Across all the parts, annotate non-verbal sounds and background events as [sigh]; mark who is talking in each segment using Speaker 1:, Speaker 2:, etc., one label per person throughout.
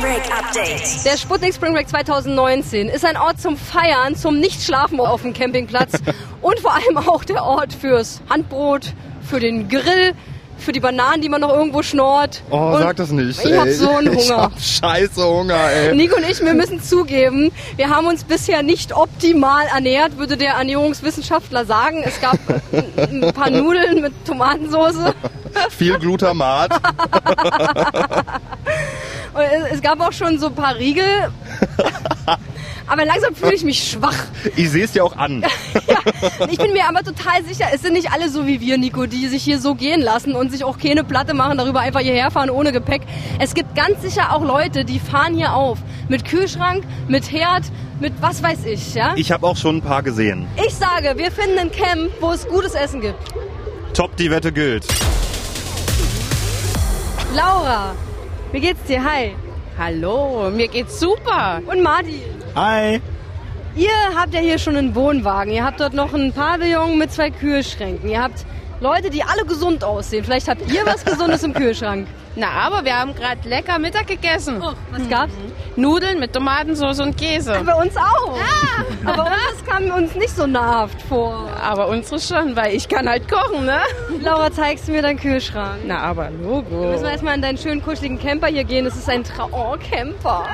Speaker 1: Break Update.
Speaker 2: Der Sputnik Spring Break 2019 ist ein Ort zum Feiern, zum Nichtschlafen auf dem Campingplatz und vor allem auch der Ort fürs Handbrot, für den Grill, für die Bananen, die man noch irgendwo schnort.
Speaker 3: Oh,
Speaker 2: und
Speaker 3: sag das nicht.
Speaker 2: Ich hab
Speaker 3: ey.
Speaker 2: so einen
Speaker 3: [laughs] Ich
Speaker 2: Hunger.
Speaker 3: hab scheiße Hunger, ey.
Speaker 2: Nico und ich, wir müssen zugeben, wir haben uns bisher nicht optimal ernährt, würde der Ernährungswissenschaftler sagen. Es
Speaker 3: [laughs]
Speaker 2: gab ein ein paar Nudeln mit Tomatensauce.
Speaker 3: Viel Glutamat.
Speaker 2: Und es- es gab auch schon so ein paar
Speaker 3: [laughs]
Speaker 2: Riegel. Aber langsam fühle ich mich schwach.
Speaker 3: Ich seh's dir auch an.
Speaker 2: Ich bin mir aber total sicher, es sind nicht alle so wie wir, Nico, die sich hier so gehen lassen und sich auch keine Platte machen, darüber einfach hierher fahren ohne Gepäck. Es gibt ganz sicher auch Leute, die fahren hier auf. Mit Kühlschrank, mit Herd, mit was weiß ich, ja?
Speaker 3: Ich habe auch schon ein paar gesehen.
Speaker 2: Ich sage, wir finden ein Camp, wo es gutes Essen gibt.
Speaker 3: Top, die Wette gilt.
Speaker 2: Laura, wie geht's dir? Hi.
Speaker 4: Hallo, mir geht's super.
Speaker 2: Und Madi,
Speaker 5: Hi.
Speaker 2: ihr habt ja hier schon einen Wohnwagen. Ihr habt dort noch ein Pavillon mit zwei Kühlschränken. Ihr habt Leute, die alle gesund aussehen. Vielleicht habt ihr was Gesundes im Kühlschrank.
Speaker 4: Na, aber wir haben gerade lecker Mittag gegessen.
Speaker 2: Was gab's?
Speaker 4: Nudeln mit Tomatensauce und Käse.
Speaker 2: Bei uns auch. Aber uns, das kam uns nicht so nahrhaft vor.
Speaker 4: Aber unsere schon, weil ich kann halt kochen, ne?
Speaker 2: Laura, zeigst du mir deinen Kühlschrank?
Speaker 4: Na, aber
Speaker 2: Müssen wir
Speaker 4: Logo.
Speaker 2: erstmal in deinen schönen kuscheligen Camper hier gehen. Es ist ein Traum-Camper.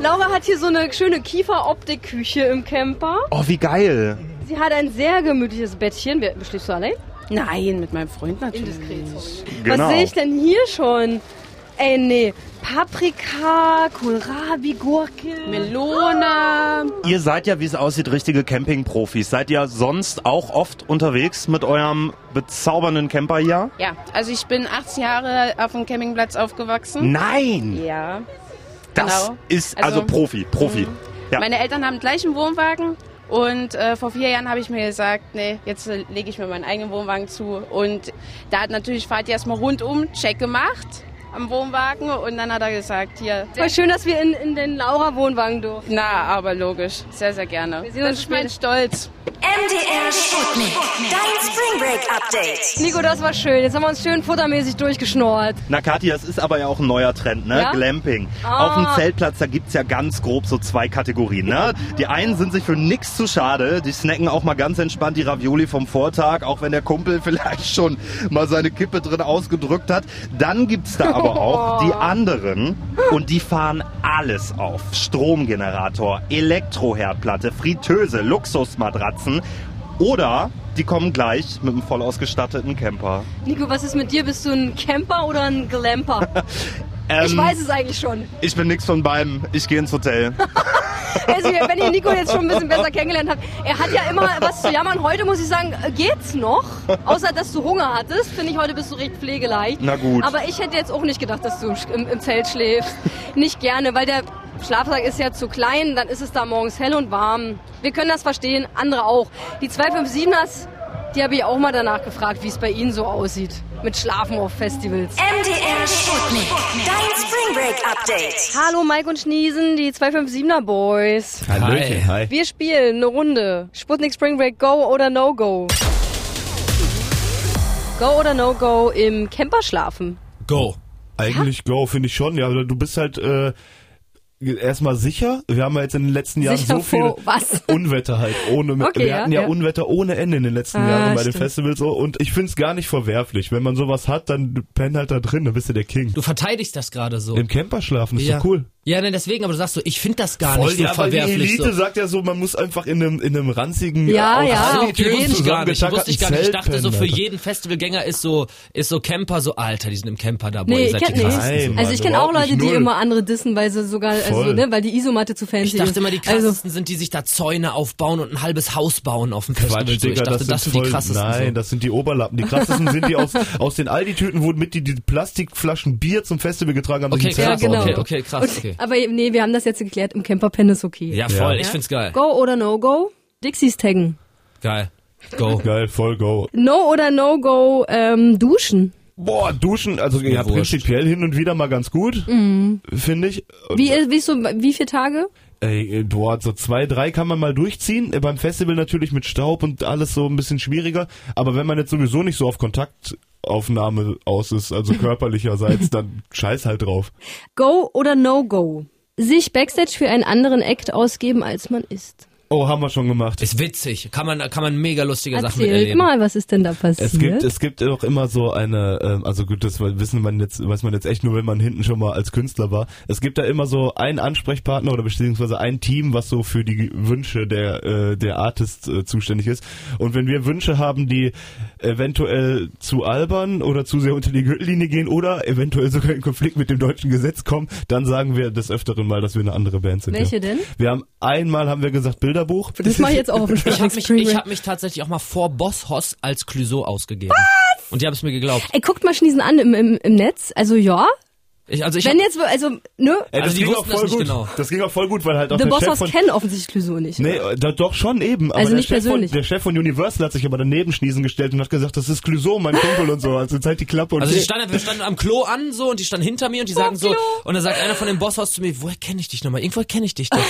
Speaker 2: Laura hat hier so eine schöne Kieferoptik-Küche im Camper.
Speaker 3: Oh, wie geil.
Speaker 2: Sie hat ein sehr gemütliches Bettchen. Wer- Schläfst du allein?
Speaker 4: Nein, mit meinem Freund natürlich.
Speaker 2: Indiskret, sorry.
Speaker 3: Genau.
Speaker 2: Was sehe ich denn hier schon? Ey, nee. Paprika, Kohlrabi, Gurke.
Speaker 4: Melona.
Speaker 3: Ihr seid ja, wie es aussieht, richtige Campingprofis. Seid ihr sonst auch oft unterwegs mit eurem bezaubernden Camper hier?
Speaker 4: Ja, also ich bin 18 Jahre auf dem Campingplatz
Speaker 2: Hm.
Speaker 3: Hm.
Speaker 4: aufgewachsen.
Speaker 3: Nein!
Speaker 4: Ja.
Speaker 3: Das
Speaker 4: genau.
Speaker 3: ist also,
Speaker 4: Also-
Speaker 3: Profi, Profi.
Speaker 2: hm.
Speaker 3: Ja.
Speaker 4: Meine Eltern haben gleich einen Wohnwagen und äh, vor vier Jahren habe ich mir gesagt, nee, jetzt äh, lege ich mir meinen eigenen Wohnwagen zu. Und da hat natürlich Vati erstmal rundum Check gemacht am Wohnwagen und dann hat er gesagt, hier.
Speaker 2: Voll schön, dass wir in, in den Laura-Wohnwagen durften.
Speaker 4: Na, aber logisch, sehr, sehr gerne.
Speaker 2: sehen uns
Speaker 4: Das ist mein Stolz.
Speaker 1: MDR Sputnik. Dein Spring Break Update.
Speaker 2: Nico, das war schön. Jetzt haben wir uns schön futtermäßig durchgeschnorrt.
Speaker 3: Na Kathi, das ist aber ja auch ein neuer Trend, ne?
Speaker 2: Ja?
Speaker 3: Glamping.
Speaker 2: Ah.
Speaker 3: Auf dem Zeltplatz, da gibt's ja ganz grob so zwei Kategorien, ne? Die einen sind sich für nix zu schade, die snacken auch mal ganz entspannt die Ravioli vom Vortag, auch wenn der Kumpel [laughs] vielleicht schon mal seine Kippe drin ausgedrückt hat. Dann gibt's da
Speaker 2: [laughs]
Speaker 3: aber auch
Speaker 2: Oh.
Speaker 3: die anderen und die fahren alles auf. Stromgenerator, Elektroherdplatte, Fritteuse, Luxusmatratzen oder die kommen gleich mit einem voll ausgestatteten Camper.
Speaker 2: Nico, was ist mit dir? Bist du ein Camper oder ein Glamper? Ich
Speaker 3: Ähm,
Speaker 2: weiß es eigentlich schon.
Speaker 3: Ich bin nix von beidem. Ich gehe ins Hotel.
Speaker 2: Also, wenn ihr Nico jetzt schon ein bisschen besser kennengelernt habt, er hat ja immer was zu jammern. Heute muss ich sagen, geht's noch? Außer, dass du Hunger hattest, finde ich, heute bist du recht pflegeleicht.
Speaker 3: Na gut.
Speaker 2: Aber ich hätte jetzt auch nicht gedacht, dass du im, Sch- im, im Zelt schläfst. Nicht gerne, weil der Schlafsack ist ja zu klein, dann ist es da morgens hell und warm. Wir können das verstehen, andere auch. Die 257ers, die habe ich auch mal danach gefragt, wie es bei ihnen so aussieht. Mit Schlafen auf Festivals.
Speaker 1: MDR Sputnik. Dein Spring Break Update.
Speaker 2: Hallo Mike und Schniesen, die 257er Boys.
Speaker 5: [laughs] Hallöchen. Hi.
Speaker 2: Wir spielen eine Runde. Sputnik Spring Break Go oder No Go. Go oder No Go im Camper schlafen.
Speaker 6: Oh.
Speaker 5: Go. Eigentlich go, finde ich schon. Ja, aber du bist halt äh, erstmal sicher. Wir haben ja jetzt in den letzten Jahren
Speaker 2: Sicher
Speaker 5: so viel
Speaker 2: vor was?
Speaker 5: [laughs] Unwetter halt ohne.
Speaker 2: Okay,
Speaker 5: wir
Speaker 2: ja,
Speaker 5: hatten ja,
Speaker 2: ja.
Speaker 5: Unwetter ohne Ende in den letzten
Speaker 2: Ah,
Speaker 5: Jahren bei den
Speaker 2: stimmt.
Speaker 5: Festivals so. Und ich finde es gar nicht verwerflich. Wenn man sowas hat, dann penn halt da drin, dann bist du der King.
Speaker 6: Du verteidigst das gerade so.
Speaker 5: Im Camper schlafen ist
Speaker 6: ja.
Speaker 5: doch cool.
Speaker 6: Ja, nein, deswegen, aber du sagst so, ich finde das
Speaker 2: Ah,
Speaker 6: gar nicht so
Speaker 5: ja, weil die
Speaker 6: verwerflich.
Speaker 5: Elite
Speaker 6: so.
Speaker 5: sagt ja so, man muss einfach in einem, in einem ranzigen,
Speaker 2: Ja,
Speaker 5: aus
Speaker 2: ja.
Speaker 5: Zelt
Speaker 6: Ah, okay, wusste ich gar nicht. Wusste ich gar nicht. Ich
Speaker 5: zusammengetackerten
Speaker 6: dachte so, für
Speaker 5: Zelt pennen,
Speaker 6: jeden Festivalgänger ist so, ist so Camper so, Alter, die sind im Camper dabei.
Speaker 2: Nee,
Speaker 6: ihr
Speaker 2: ich
Speaker 6: seid
Speaker 2: kenn
Speaker 6: die
Speaker 2: nicht.
Speaker 6: Krassen.
Speaker 5: Nein,
Speaker 2: also ich
Speaker 5: Mann,
Speaker 2: kenne auch
Speaker 5: überhaupt
Speaker 2: Leute,
Speaker 5: nicht.
Speaker 2: die
Speaker 5: Null.
Speaker 2: immer andere dissen, weil sie sogar, also,
Speaker 5: Voll.
Speaker 2: ne, weil die Isomatte zu fancy
Speaker 6: Ich dachte immer, die
Speaker 2: ist. Also,
Speaker 6: krassesten sind, die sich da Zäune aufbauen und ein halbes Haus bauen auf dem Festival.
Speaker 5: Quatsch,
Speaker 6: so. Ich
Speaker 5: Digga,
Speaker 6: dachte, das,
Speaker 5: sind
Speaker 6: sind die
Speaker 5: voll-
Speaker 6: krassesten.
Speaker 5: Nein,
Speaker 6: so.
Speaker 5: das sind die Oberlappen. Die krassesten sind die
Speaker 6: [laughs]
Speaker 5: aus, aus den Aldi-Tüten, wo mit die, die Plastikflaschen Bier zum Festival getragen haben.
Speaker 6: Okay,
Speaker 5: sich ein
Speaker 6: klar,
Speaker 5: Zelt
Speaker 2: Ja, genau.
Speaker 6: okay,
Speaker 5: aufgebaut.
Speaker 6: okay, krass, okay.
Speaker 2: aber nee, wir haben das jetzt geklärt, im Camper pennen ist okay.
Speaker 6: Ja, voll,
Speaker 5: Ja.
Speaker 6: ich find's geil.
Speaker 2: Go oder No Go? Dixies taggen.
Speaker 6: Geil. Go.
Speaker 5: Geil, voll go.
Speaker 2: No oder No Go ähm, duschen.
Speaker 5: Boah, duschen, also ja,
Speaker 6: Wurscht.
Speaker 5: prinzipiell hin und wieder mal ganz gut, finde ich.
Speaker 2: Wie, wie, so, wie viele Tage?
Speaker 5: Ey, dort so zwei, drei kann man mal durchziehen. Äh, Beim Festival natürlich mit Staub und alles so ein bisschen schwieriger. Aber wenn man jetzt sowieso nicht so auf Kontaktaufnahme aus ist, also körperlicherseits, dann scheiß halt drauf.
Speaker 2: Go oder No Go? Sich Backstage für einen anderen Act ausgeben, als man ist.
Speaker 5: Oh, haben wir schon gemacht.
Speaker 6: Ist witzig. Kann man, kann man mega lustige Sachen mit
Speaker 2: Erzählt
Speaker 6: erleben.
Speaker 2: mal, was ist denn da passiert?
Speaker 5: Es gibt, es gibt auch immer so eine, ähm, also gut, das wissen man jetzt, weiß man jetzt echt nur, wenn man hinten schon mal als Künstler war. Es gibt da immer so einen Ansprechpartner oder beziehungsweise ein Team, was so für die Wünsche der äh, der Artist äh, zuständig ist. Und wenn wir Wünsche haben, die eventuell zu albern oder zu sehr unter die Gürtellinie gehen oder eventuell sogar in Konflikt mit dem deutschen Gesetz kommen, dann sagen wir des öfteren mal, dass wir eine andere Band sind.
Speaker 2: Welche
Speaker 5: ja.
Speaker 2: denn?
Speaker 5: Wir haben einmal haben wir gesagt Bilderbuch.
Speaker 2: das mache ich jetzt auch auf dem
Speaker 6: Ich habe mich,
Speaker 2: Spring
Speaker 6: ich
Speaker 2: Break.
Speaker 6: hab mich tatsächlich auch mal vor Boss Hoss als Clouseau ausgegeben. Und die haben es mir geglaubt.
Speaker 2: Ey, guckt mal Schniesen an im, im, im Netz. Also ja,
Speaker 6: Ich, also ich
Speaker 2: wenn
Speaker 6: hab,
Speaker 2: jetzt, also, ne?
Speaker 5: Ey,
Speaker 6: Also die
Speaker 5: ging auch
Speaker 6: wussten das
Speaker 5: voll
Speaker 6: nicht
Speaker 5: gut.
Speaker 6: genau.
Speaker 5: Das ging auch voll gut, weil halt auch
Speaker 2: The
Speaker 5: der
Speaker 2: Boss
Speaker 5: Chef
Speaker 2: House
Speaker 5: von
Speaker 2: kennen offensichtlich Clouseau nicht.
Speaker 5: Nee, äh, da, doch schon eben. Aber
Speaker 2: Also
Speaker 5: der,
Speaker 2: nicht
Speaker 5: Chef
Speaker 2: persönlich.
Speaker 5: Von, der Chef von Universal hat sich aber daneben schniesen gestellt und hat gesagt, das ist Clouseau, mein Kumpel und so. Also jetzt halt die Klappe und
Speaker 6: also die
Speaker 5: geh.
Speaker 6: standen, wir standen am Klo an so und die standen hinter
Speaker 2: Oh,
Speaker 6: mir und die sagen so und dann sagt einer von dem Boss Hoss zu mir, woher kenne ich dich nochmal? Irgendwoher kenne ich dich doch.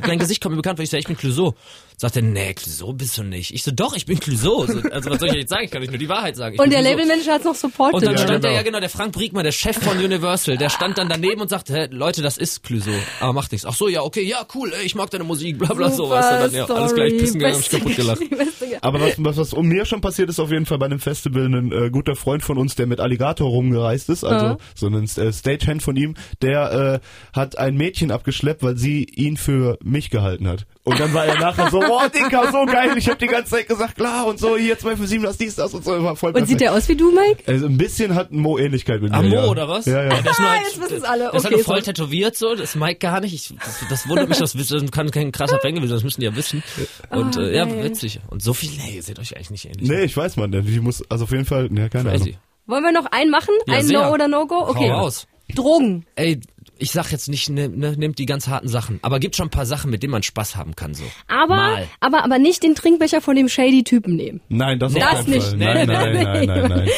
Speaker 6: [laughs] Dein Gesicht kommt mir bekannt, weil ich sage, ich bin Clouseau. Sagt er, nee, Clouseau bist du nicht. Ich so, doch, ich bin Clouseau. So, also was soll ich jetzt sagen? Ich kann euch nur die Wahrheit sagen. Ich
Speaker 2: Und
Speaker 6: bin
Speaker 2: der
Speaker 6: Clouseau.
Speaker 2: Labelmanager hat's noch supportet.
Speaker 6: Und dann
Speaker 2: oder?
Speaker 6: stand der,
Speaker 5: genau.
Speaker 6: ja genau, der Frank Briegmann, der Chef von Universal, der stand dann daneben und sagte, "Hä, Leute, das ist Clouseau, aber macht nichts. Ach so, ja, okay, ja, cool, ey, ich mag deine Musik, bla bla, so, weißt du, dann, ja, alles
Speaker 2: Story,
Speaker 6: gleich, pissen gegangen, hab ich
Speaker 2: beste
Speaker 6: kaputt gelacht.
Speaker 2: Geschichte.
Speaker 6: [laughs]
Speaker 5: aber was, was, was um mir schon passiert ist, auf jeden Fall bei einem Festival, ein äh, guter Freund von uns, der mit Alligator rumgereist ist, also
Speaker 2: Ja.
Speaker 5: so ein äh, Stagehand von ihm, der äh, hat ein Mädchen abgeschleppt, weil sie ihn für mich gehalten hat. Und dann war er nachher so, boah, Dicker, so geil, ich hab die ganze Zeit gesagt, klar und so, hier 2 für 7, das, dies, das und so, war voll
Speaker 2: Und sieht
Speaker 5: perfekt.
Speaker 2: der aus wie du, Mike?
Speaker 5: also ein bisschen hat Mo Ähnlichkeit mit mir.
Speaker 6: Ah, Mo,
Speaker 5: ja.
Speaker 6: oder was?
Speaker 5: Ja, ja.
Speaker 6: Das ist nur halt,
Speaker 2: Ah, jetzt wissen's alle.
Speaker 6: Das ist halt
Speaker 2: Okay,
Speaker 6: nur voll
Speaker 2: so.
Speaker 6: tätowiert so, das ist Mike gar nicht. Ich, das, das wundert mich, das, wissen- das kann kein krasser Fan gewesen, das müssen die ja wissen.
Speaker 2: Ah,
Speaker 6: Und äh, ja, witzig. Und so viel, nee, ihr seht euch eigentlich nicht ähnlich.
Speaker 5: Nee, ich weiß man denn. Die muss, also auf jeden Fall, ja, keine
Speaker 6: Crazy.
Speaker 2: Wollen wir noch einen machen?
Speaker 6: Ja,
Speaker 2: ein
Speaker 6: sehr.
Speaker 2: No oder No Go? Okay.
Speaker 6: Hau raus.
Speaker 2: Drogen.
Speaker 6: Ey, ich sag jetzt nicht, ne, ne, nehmt die ganz harten Sachen, aber gibt schon ein paar Sachen, mit denen man Spaß haben kann so.
Speaker 2: Aber,
Speaker 6: Mal.
Speaker 2: aber, aber nicht den Trinkbecher von dem shady Typen nehmen.
Speaker 5: Nein, das,
Speaker 2: Das
Speaker 5: auf keinen
Speaker 2: nicht.
Speaker 5: Fall.
Speaker 6: Nee,
Speaker 5: [laughs] Nein, nein,
Speaker 2: nee.
Speaker 5: nein, nein,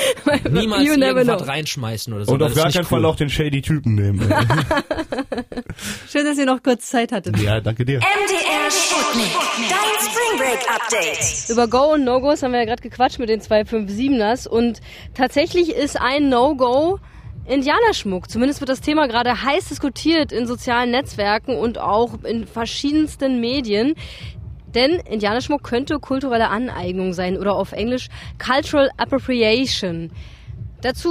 Speaker 2: [laughs]
Speaker 5: nein.
Speaker 6: Niemals
Speaker 2: you never know.
Speaker 6: irgendwas reinschmeißen oder so.
Speaker 5: Und
Speaker 6: das
Speaker 5: auf
Speaker 6: ist
Speaker 5: gar
Speaker 6: nicht
Speaker 5: keinen
Speaker 6: cool.
Speaker 5: Fall auch den shady Typen nehmen. ey.
Speaker 2: Schön, dass ihr noch kurz Zeit hattet.
Speaker 5: ja, danke dir.
Speaker 1: MDR Sputnik. Dein Spring Break Update.
Speaker 2: Über Go und No-Gos haben wir ja gerade gequatscht mit den 257ers und tatsächlich ist ein No-Go Indianerschmuck. Zumindest wird das Thema gerade heiß diskutiert in sozialen Netzwerken und auch in verschiedensten Medien. Denn Indianerschmuck könnte kulturelle Aneignung sein oder auf Englisch Cultural Appropriation. Dazu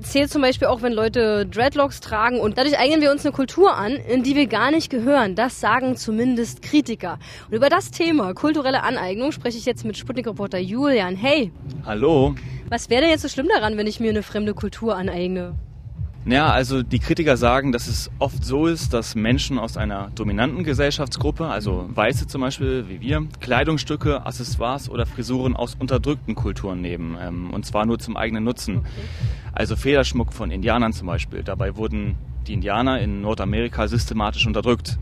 Speaker 2: zählt zum Beispiel auch, wenn Leute Dreadlocks tragen und dadurch eignen wir uns eine Kultur an, in die wir gar nicht gehören. Das sagen zumindest Kritiker. Und über das Thema kulturelle Aneignung spreche ich jetzt mit Sputnik-Reporter Julian. Hey,
Speaker 7: Hallo.
Speaker 2: was wäre denn jetzt so schlimm daran, wenn ich mir eine fremde Kultur aneigne?
Speaker 7: Naja, also die Kritiker sagen, dass es oft so ist, dass Menschen aus einer dominanten Gesellschaftsgruppe, also Weiße zum Beispiel, wie wir, Kleidungsstücke, Accessoires oder Frisuren aus unterdrückten Kulturen nehmen. Ähm, und zwar nur zum eigenen Nutzen. Also Federschmuck von Indianern zum Beispiel. Dabei wurden die Indianer in Nordamerika systematisch unterdrückt.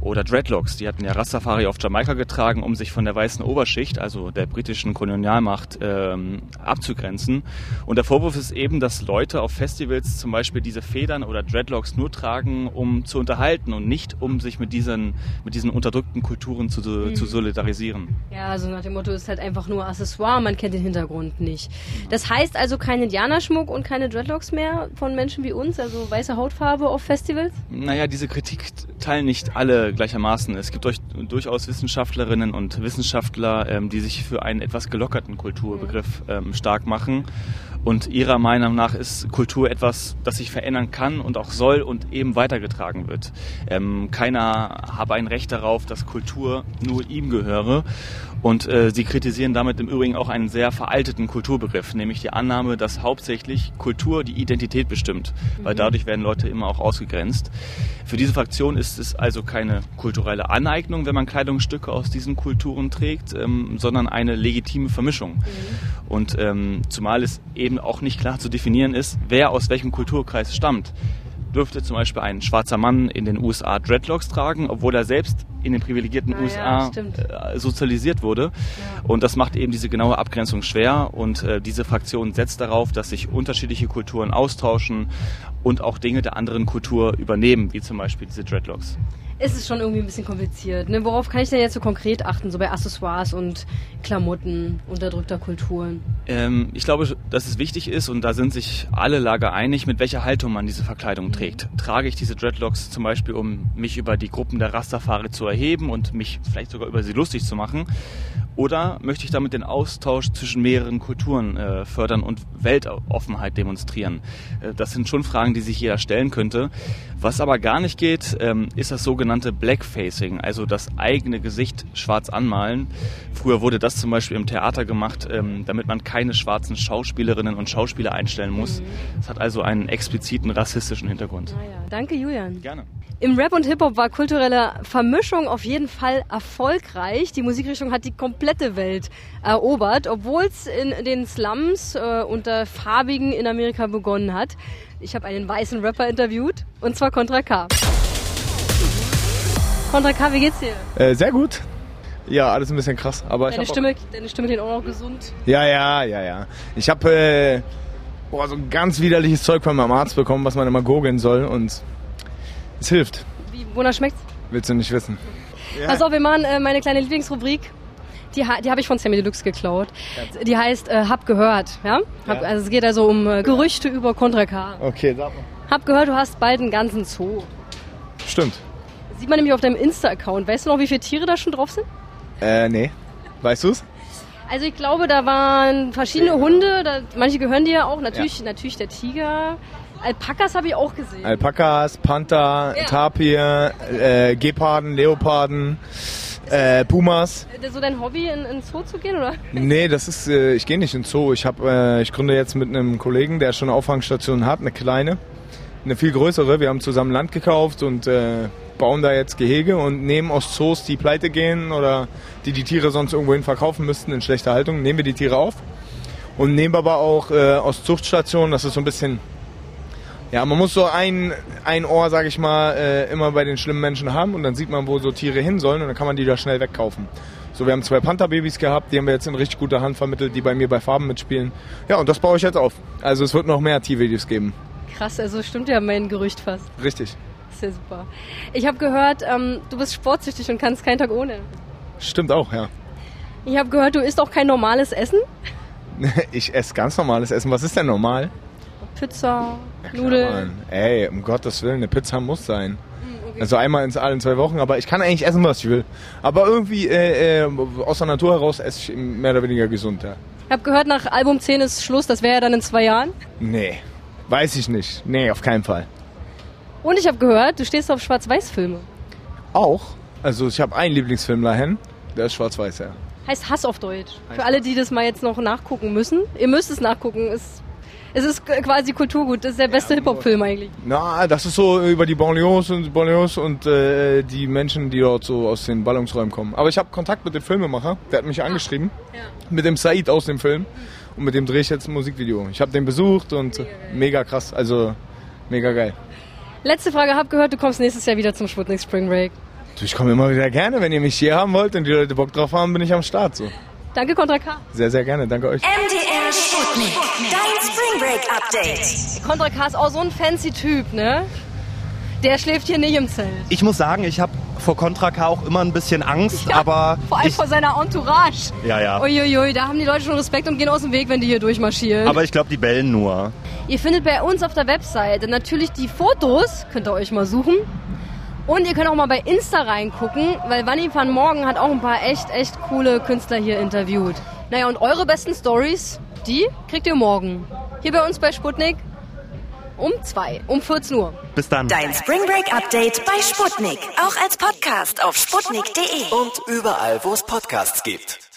Speaker 7: Oder Dreadlocks, die hatten ja Rastafari auf Jamaika getragen, um sich von der weißen Oberschicht, also der britischen Kolonialmacht, ähm, abzugrenzen. Und der Vorwurf ist eben, dass Leute auf Festivals zum Beispiel diese Federn oder Dreadlocks nur tragen, um zu unterhalten und nicht, um sich mit diesen, mit diesen unterdrückten Kulturen zu, zu solidarisieren.
Speaker 2: Ja, also nach dem Motto ist halt einfach nur Accessoire, man kennt den Hintergrund nicht. Das heißt also kein Indianerschmuck und keine Dreadlocks mehr von Menschen wie uns, also weiße Hautfarbe auf Festivals?
Speaker 7: Naja, diese Kritik teilen nicht alle gleichermaßen. Es gibt euch durchaus Wissenschaftlerinnen und Wissenschaftler, ähm, die sich für einen etwas gelockerten Kulturbegriff ähm, stark machen. Und ihrer Meinung nach ist Kultur etwas, das sich verändern kann und auch soll und eben weitergetragen wird. Ähm, keiner habe ein Recht darauf, dass Kultur nur ihm gehöre. Und äh, sie kritisieren damit im Übrigen auch einen sehr veralteten Kulturbegriff, nämlich die Annahme, dass hauptsächlich Kultur die Identität bestimmt,
Speaker 2: Mhm.
Speaker 7: weil dadurch werden Leute immer auch ausgegrenzt. Für diese Fraktion ist es also keine kulturelle Aneignung, wenn man Kleidungsstücke aus diesen Kulturen trägt, ähm, sondern eine legitime Vermischung.
Speaker 2: Mhm.
Speaker 7: Und ähm, zumal es eben auch nicht klar zu definieren ist, wer aus welchem Kulturkreis stammt dürfte zum Beispiel ein schwarzer Mann in den USA Dreadlocks tragen, obwohl er selbst in den privilegierten
Speaker 2: Ah ja,
Speaker 7: USA
Speaker 2: stimmt.
Speaker 7: äh, sozialisiert wurde. Und das macht eben diese genaue Abgrenzung schwer. Und äh, diese Fraktion setzt darauf, dass sich unterschiedliche Kulturen austauschen und auch Dinge der anderen Kultur übernehmen, wie zum Beispiel diese Dreadlocks.
Speaker 2: ist es schon irgendwie ein bisschen kompliziert. Ne? Worauf kann ich denn jetzt so konkret achten, so bei Accessoires und Klamotten unterdrückter Kulturen?
Speaker 7: Ähm, ich glaube, dass es wichtig ist und da sind sich alle Lager einig, mit welcher Haltung man diese Verkleidung trägt. Trage ich diese Dreadlocks zum Beispiel, um mich über die Gruppen der Rastafari zu erheben und mich vielleicht sogar über sie lustig zu machen? Oder möchte ich damit den Austausch zwischen mehreren Kulturen äh, fördern und Weltoffenheit demonstrieren? Äh, das sind schon Fragen, die sich jeder stellen könnte. Was aber gar nicht geht, ähm, ist das sogenannte Blackfacing, also das eigene Gesicht schwarz anmalen. Früher wurde das zum Beispiel im Theater gemacht, ähm, damit man keine schwarzen Schauspielerinnen und Schauspieler einstellen muss. Es hat also einen expliziten rassistischen Hintergrund.
Speaker 2: Ah Danke, Julian.
Speaker 7: Gerne.
Speaker 2: Im Rap und Hip-Hop war kulturelle Vermischung auf jeden Fall erfolgreich. Die Musikrichtung hat die komplette Welt erobert, obwohl es in den Slums äh, unter Farbigen in Amerika begonnen hat. Ich habe einen weißen Rapper interviewt, und zwar Contra K. Contra K, wie geht's dir?
Speaker 8: Äh, sehr gut. Ja, alles ein bisschen krass. Aber
Speaker 2: Deine
Speaker 8: ich hab
Speaker 2: Stimme, deine Stimme klingt auch noch gesund.
Speaker 8: Auch, ja, ja, ja, ja. Ich habe äh, boah, so ein ganz widerliches Zeug von meinem Arzt bekommen, was man immer gurgeln soll. Und es hilft.
Speaker 2: Wie, wonach schmeckt's?
Speaker 8: Willst du nicht wissen.
Speaker 2: Pass auf, wir machen äh, meine kleine Lieblingsrubrik. Die, ha- die habe ich von Sammy Deluxe geklaut. Die heißt äh, Hab gehört. Ja? Hab, Also es geht also um äh, Gerüchte über Contra K.
Speaker 8: Okay, sag mal.
Speaker 2: Hab gehört, du hast bald einen ganzen Zoo.
Speaker 8: Stimmt.
Speaker 2: Sieht man nämlich auf deinem Insta-Account. Weißt du noch, wie viele Tiere da schon drauf sind?
Speaker 8: Äh, nee. Weißt du's?
Speaker 2: Also ich glaube, da waren verschiedene Hunde. Da, manche gehören dir auch. Natürlich, natürlich der Tiger. Alpakas habe ich auch gesehen.
Speaker 8: Alpakas, Panther,
Speaker 2: Ja.
Speaker 8: Tapir, äh, Geparden, Leoparden, äh, Pumas.
Speaker 2: Ist das so dein Hobby, in, in den Zoo zu gehen, oder?
Speaker 8: Nee, das ist, äh, ich gehe nicht in den Zoo. Ich, hab, äh, ich gründe jetzt mit einem Kollegen, der schon eine Auffangstation hat, eine kleine, eine viel größere. Wir haben zusammen Land gekauft und äh, bauen da jetzt Gehege und nehmen aus Zoos, die pleite gehen oder die die Tiere sonst irgendwohin verkaufen müssten in schlechter Haltung, nehmen wir die Tiere auf und nehmen aber auch äh, aus Zuchtstationen, das ist so ein bisschen... Ja, man muss so ein, ein Ohr, sag ich mal, äh, immer bei den schlimmen Menschen haben und dann sieht man, wo so Tiere hin sollen und dann kann man die da schnell wegkaufen. So, wir haben zwei Panther-Babys gehabt, die haben wir jetzt in richtig guter Hand vermittelt, die bei mir bei Farben mitspielen. Ja, und das baue ich jetzt auf. Also es wird noch mehr Tiervideos geben.
Speaker 2: Krass, also stimmt ja mein Gerücht fast.
Speaker 8: Richtig.
Speaker 2: Ist ja super. Ich habe gehört, ähm, du bist sportsüchtig und kannst keinen Tag ohne.
Speaker 8: Stimmt auch, ja.
Speaker 2: Ich habe gehört, du isst auch kein normales Essen.
Speaker 8: [laughs] Ich esse ganz normales Essen. Was ist denn normal?
Speaker 2: Pizza,
Speaker 8: Ja,
Speaker 2: Nudeln.
Speaker 8: Mann. Ey, um Gottes Willen, eine Pizza muss sein. Also einmal ins alle zwei Wochen, aber ich kann eigentlich essen, was ich will. Aber irgendwie äh, äh, aus der Natur heraus esse ich mehr oder weniger gesund, ja.
Speaker 2: Ich habe gehört, nach Album 10 ist Schluss, das wäre ja dann in zwei Jahren.
Speaker 8: Nee, weiß ich nicht. Nee, auf keinen Fall.
Speaker 2: Und ich habe gehört, du stehst auf Schwarz-Weiß-Filme.
Speaker 8: Auch? Also ich habe einen Lieblingsfilm dahin, der ist schwarz-weiß, ja.
Speaker 2: Heißt Hass auf Deutsch. Für alle, die das mal jetzt noch nachgucken müssen. Ihr müsst es nachgucken. Es, es ist quasi Kulturgut. Das ist der beste Hip-Hop-Film eigentlich.
Speaker 8: Na, das ist so über die Banlieues und Banlieues und äh, die Menschen, die dort so aus den Ballungsräumen kommen. Aber ich habe Kontakt mit dem Filmemacher, der hat mich angeschrieben. Mit dem Said aus dem Film. Und mit dem drehe ich jetzt ein Musikvideo. Ich habe den besucht und mega, krass, also mega geil.
Speaker 2: Letzte Frage. Hab gehört, du kommst nächstes Jahr wieder zum Sputnik Spring Break.
Speaker 8: Du, ich komme immer wieder gerne, wenn ihr mich hier haben wollt und die Leute Bock drauf haben, bin ich am Start. So.
Speaker 2: Danke, Contra K.
Speaker 8: Sehr, sehr gerne, danke euch.
Speaker 1: MDR Sputnik. Dein Spring Break Update.
Speaker 2: Contra K ist auch so ein fancy Typ, ne? Der schläft hier nicht im Zelt.
Speaker 3: Ich muss sagen, ich habe vor Contra K auch immer ein bisschen Angst, aber
Speaker 2: Vor allem
Speaker 3: ich,
Speaker 2: vor seiner Entourage.
Speaker 3: Ja, ja.
Speaker 2: Uiuiui, da haben die Leute schon Respekt und gehen aus dem Weg, wenn die hier durchmarschieren.
Speaker 3: aber ich glaube, die bellen nur.
Speaker 2: Ihr findet bei uns auf der Webseite natürlich die Fotos, könnt ihr euch mal suchen. Und ihr könnt auch mal bei Insta reingucken, weil Vanni van Morgen hat auch ein paar echt, echt coole Künstler hier interviewt. Naja, und eure besten Stories, die kriegt ihr morgen. Hier bei uns bei Sputnik um 2, um 14 Uhr.
Speaker 3: Bis dann.
Speaker 1: Dein Spring Break Update bei Sputnik. Auch als Podcast auf sputnik.de.
Speaker 9: Und überall, wo es Podcasts gibt.